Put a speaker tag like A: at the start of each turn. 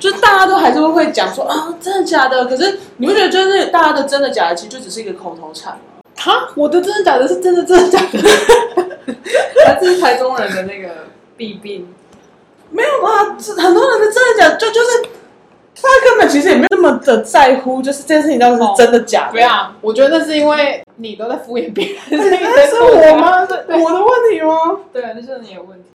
A: 就是大家都还是会讲说啊，真的假的？可是你不觉得就是大家的真的假的，其实就只是一个口头禅吗？
B: 哈，我的真的假的是真的真的假的，
C: 来自台中人的那个弊病，
A: 没有啊，这很多人的真的假的就就是他根本其实也没有那么的在乎，就是这件事情到底是真的假
B: 哦
A: 的。
C: 不要，我觉得那是因为你都在敷衍别人，所以
A: 那
C: 在
A: 是啊
C: 做
A: 我
C: 假？
A: 吗？是我的问题吗？
C: 对，那是你的问题。